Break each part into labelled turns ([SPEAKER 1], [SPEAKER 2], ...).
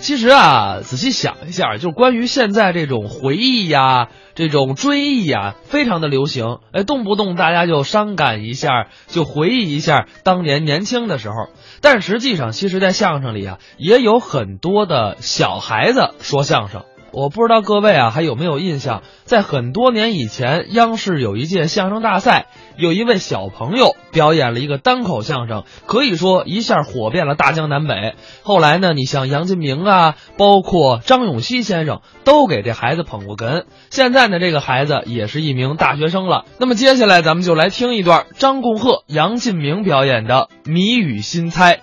[SPEAKER 1] 其实啊，仔细想一下，就关于现在这种回忆呀、这种追忆呀、非常的流行。哎，动不动大家就伤感一下，就回忆一下当年年轻的时候。但实际上，其实，在相声里啊，也有很多的小孩子说相声。我不知道各位啊还有没有印象，在很多年以前，央视有一届相声大赛，有一位小朋友表演了一个单口相声，可以说一下火遍了大江南北。后来呢，你像杨金明啊，包括张永熙先生，都给这孩子捧过哏。现在呢，这个孩子也是一名大学生了。那么接下来咱们就来听一段张共赫、杨进明表演的《谜语新猜》。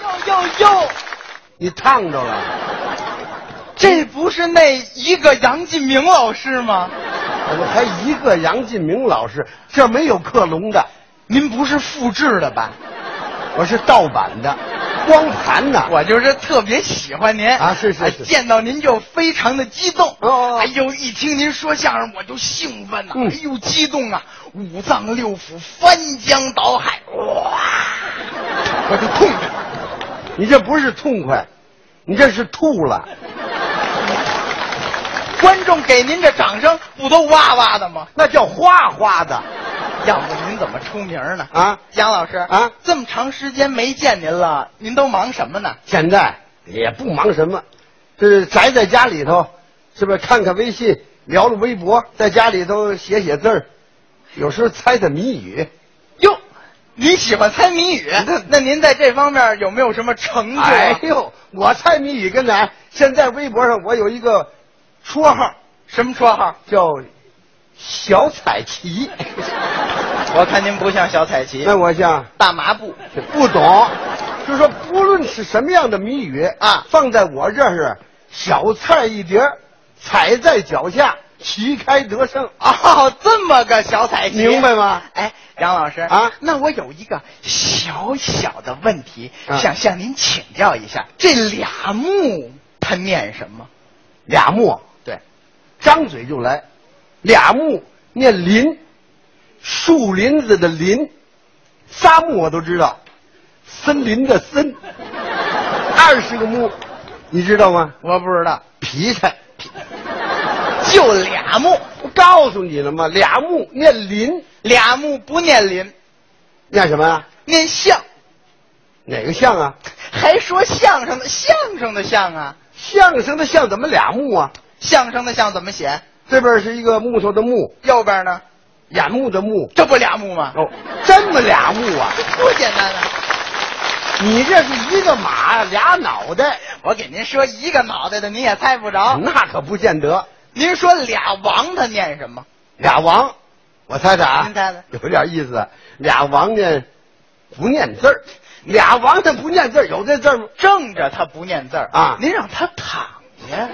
[SPEAKER 2] 呦呦呦，
[SPEAKER 3] 你烫着了，
[SPEAKER 2] 这不是那一个杨进明老师吗？
[SPEAKER 3] 怎么还一个杨进明老师？这没有克隆的，
[SPEAKER 2] 您不是复制的吧？
[SPEAKER 3] 我是盗版的，光盘呐。
[SPEAKER 2] 我就是特别喜欢您
[SPEAKER 3] 哦啊是是
[SPEAKER 2] 哎
[SPEAKER 3] 是
[SPEAKER 2] 见到您就非常的激动。
[SPEAKER 3] 哦哦哦
[SPEAKER 2] 哎呦，一听您说相声我就兴奋呐、
[SPEAKER 3] 嗯
[SPEAKER 2] 哎呦激动啊，五脏六腑翻江倒海，哇，我就痛快。
[SPEAKER 3] 你这不是痛快，你这是吐了。
[SPEAKER 2] 观众给您这掌声不都哇哇的吗？
[SPEAKER 3] 那叫花花的，
[SPEAKER 2] 要不您怎么出名呢？
[SPEAKER 3] 啊
[SPEAKER 2] 杨老师
[SPEAKER 3] 啊
[SPEAKER 2] 这么长时间没见您了，您都忙什么呢？
[SPEAKER 3] 现在也不忙什么，这宅在家里头，是不是看看微信，聊聊微博，在家里头写写字儿，有时候猜猜谜语。
[SPEAKER 2] 哟，您喜欢猜谜语？那那您在这方面有没有什么成就、啊？
[SPEAKER 3] 哎呦，我猜谜语跟哪？现在微博上我有一个绰号，
[SPEAKER 2] 什么绰号？
[SPEAKER 3] 叫小彩 旗。
[SPEAKER 2] 我看您不像小彩旗嗯
[SPEAKER 3] 那我想
[SPEAKER 2] 大麻布。
[SPEAKER 3] 不懂，就说不论是什么样的谜语
[SPEAKER 2] 啊
[SPEAKER 3] 放在我这儿是小菜一碟儿，踩在脚下，旗开得胜。
[SPEAKER 2] 哦，这么个小彩旗，
[SPEAKER 3] 明白吗
[SPEAKER 2] 哎，杨老师
[SPEAKER 3] 啊
[SPEAKER 2] 那我有一个小小的问题，
[SPEAKER 3] 啊
[SPEAKER 2] 想向您请教一下，这俩木它念什么？
[SPEAKER 3] 俩木
[SPEAKER 2] 对，
[SPEAKER 3] 张嘴就来，俩木念林，树林子的林，仨木我都知道，森林的森，二十个木，你知道吗？
[SPEAKER 2] 我不知道，
[SPEAKER 3] 皮菜，
[SPEAKER 2] 就俩木，
[SPEAKER 3] 我告诉你了吗？俩木念林，
[SPEAKER 2] 俩木不念林，
[SPEAKER 3] 念什么呀？
[SPEAKER 2] 念相，
[SPEAKER 3] 哪个像啊？
[SPEAKER 2] 还说相声的相声的相啊，
[SPEAKER 3] 相声的相怎么俩木啊？
[SPEAKER 2] 相声的相怎么写？
[SPEAKER 3] 这边是一个木头的木，
[SPEAKER 2] 右边呢？
[SPEAKER 3] 眼目的目。
[SPEAKER 2] 这不俩木吗？
[SPEAKER 3] 哦，这么俩木啊？
[SPEAKER 2] 这多简单啊！
[SPEAKER 3] 你这是一个马俩脑袋，啊
[SPEAKER 2] 我给您说一个脑袋的，您也猜不着。
[SPEAKER 3] 那可不见得。
[SPEAKER 2] 您说俩王他念什么？
[SPEAKER 3] 俩王，我猜猜啊，
[SPEAKER 2] 您猜猜
[SPEAKER 3] 有点意思。啊俩王呢，不念字儿，俩王他不念字儿，有这字儿吗？
[SPEAKER 2] 正着他不念字儿
[SPEAKER 3] 啊
[SPEAKER 2] 您让他躺下。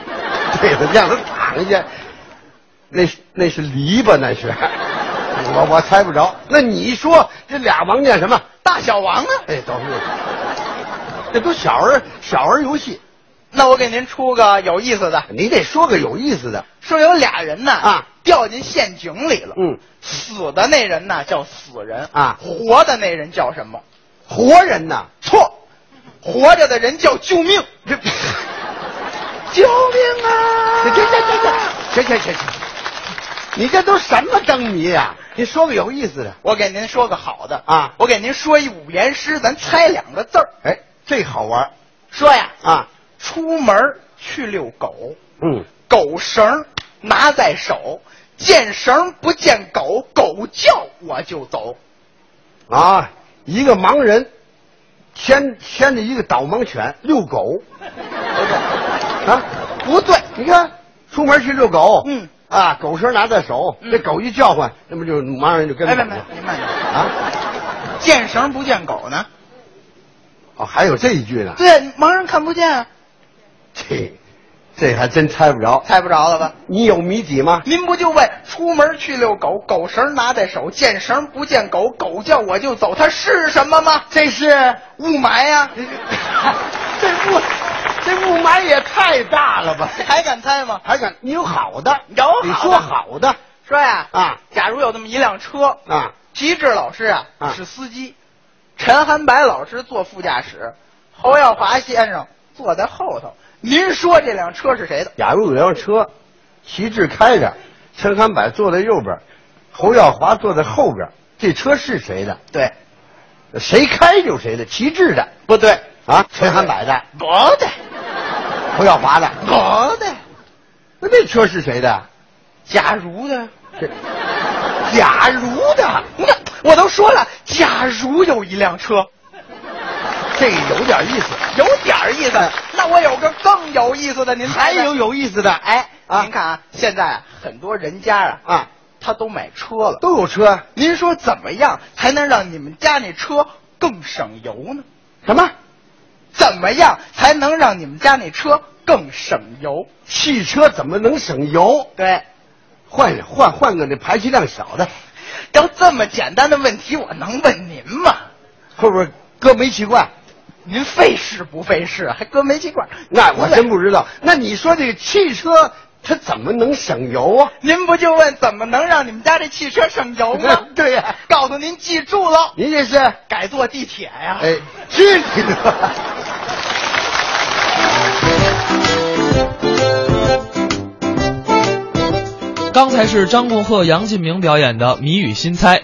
[SPEAKER 3] 对了，让他躺下，那是那是篱笆，那是。我我猜不着。那你说这俩王念什么？
[SPEAKER 2] 大小王啊，
[SPEAKER 3] 哎，都是，这都小儿小儿游戏，
[SPEAKER 2] 那我给您出个有意思的，
[SPEAKER 3] 你得说个有意思的。
[SPEAKER 2] 说有俩人呢
[SPEAKER 3] 啊
[SPEAKER 2] 掉进陷阱里了，
[SPEAKER 3] 嗯，
[SPEAKER 2] 死的那人呢叫死人
[SPEAKER 3] 啊
[SPEAKER 2] 活的那人叫什么？
[SPEAKER 3] 活人呐，
[SPEAKER 2] 错，活着的人叫救命，这 救命啊！
[SPEAKER 3] 这这这这这这这这，你这都什么灯谜呀、你说个有意思的。
[SPEAKER 2] 我给您说个好的
[SPEAKER 3] 啊
[SPEAKER 2] 我给您说一五言诗，咱猜两个字儿。
[SPEAKER 3] 哎，这好玩
[SPEAKER 2] 说呀，
[SPEAKER 3] 啊。
[SPEAKER 2] 出门去遛狗，
[SPEAKER 3] 嗯，
[SPEAKER 2] 狗绳拿在手，见绳不见狗，狗叫我就走。
[SPEAKER 3] 啊，一个盲人牵牵着一个导盲犬遛 狗啊，
[SPEAKER 2] 不对，
[SPEAKER 3] 你看出门去遛狗，
[SPEAKER 2] 嗯
[SPEAKER 3] 啊，狗绳拿在手，
[SPEAKER 2] 嗯
[SPEAKER 3] 这狗一叫唤，那不就盲人就跟
[SPEAKER 2] 哎，
[SPEAKER 3] 着
[SPEAKER 2] 没没
[SPEAKER 3] 走了
[SPEAKER 2] 您慢点，
[SPEAKER 3] 啊？
[SPEAKER 2] 见绳不见狗呢？
[SPEAKER 3] 哦，还有这一句呢。
[SPEAKER 2] 对，盲人看不见啊，
[SPEAKER 3] 这，这还真猜不着。
[SPEAKER 2] 猜不着了吧？
[SPEAKER 3] 你有谜底吗？
[SPEAKER 2] 您不就问出门去遛狗，狗绳拿在手，见绳不见狗，狗叫我就走，它是什么吗？这是雾霾啊呀、
[SPEAKER 3] 这雾，这雾霾也太大了吧！
[SPEAKER 2] 还敢猜吗？
[SPEAKER 3] 还敢？你有好的，
[SPEAKER 2] 有好的
[SPEAKER 3] 你说好的
[SPEAKER 2] 说呀，
[SPEAKER 3] 啊
[SPEAKER 2] 假如有那么一辆车，
[SPEAKER 3] 啊！
[SPEAKER 2] 齐志老师啊
[SPEAKER 3] 啊
[SPEAKER 2] 是司机，陈寒白老师坐副驾驶，侯耀华先生坐在后头，您说这辆车是谁的？
[SPEAKER 3] 雅鲁有辆车，旗帜开着，陈涵柏坐在右边，侯耀华坐在后边。这车是谁的？
[SPEAKER 2] 对，
[SPEAKER 3] 谁开就谁的，旗帜的
[SPEAKER 2] 不对？
[SPEAKER 3] 啊，陈涵柏的，
[SPEAKER 2] 不对，
[SPEAKER 3] 侯耀华的。
[SPEAKER 2] 不对，
[SPEAKER 3] 那那车是谁的？
[SPEAKER 2] 假如的，
[SPEAKER 3] 这假如的，
[SPEAKER 2] 你看我都说了，假如有一辆车，
[SPEAKER 3] 这个有点意思。
[SPEAKER 2] 有点儿意思。那我有个更嗯有意思的，您
[SPEAKER 3] 还
[SPEAKER 2] 猜猜
[SPEAKER 3] 有有意思的，
[SPEAKER 2] 哎，
[SPEAKER 3] 啊
[SPEAKER 2] 您看啊，现在啊很多人家啊
[SPEAKER 3] 啊，
[SPEAKER 2] 他都买车了。
[SPEAKER 3] 都有车。
[SPEAKER 2] 您说怎么样才能让你们家那车更省油呢？
[SPEAKER 3] 什么？
[SPEAKER 2] 怎么样才能让你们家那车更省油？
[SPEAKER 3] 汽车怎么能省油？
[SPEAKER 2] 对，
[SPEAKER 3] 换换换个那排气量小的，
[SPEAKER 2] 要这么简单的问题，我能问您吗？
[SPEAKER 3] 会不会搁煤气罐？
[SPEAKER 2] 您费事不费事，啊还搁煤气罐？
[SPEAKER 3] 那我真
[SPEAKER 2] 不
[SPEAKER 3] 不知道。那你说这个汽车它怎么能省油啊？？
[SPEAKER 2] 对，您不就问怎么能让你们家这汽车省油吗
[SPEAKER 3] 对呀
[SPEAKER 2] 告诉您，记住喽，
[SPEAKER 3] 您这是哎，
[SPEAKER 2] 改坐地铁呀、
[SPEAKER 3] 去你哎的！
[SPEAKER 1] 刚才是张共赫、杨进明表演的《谜语新猜》，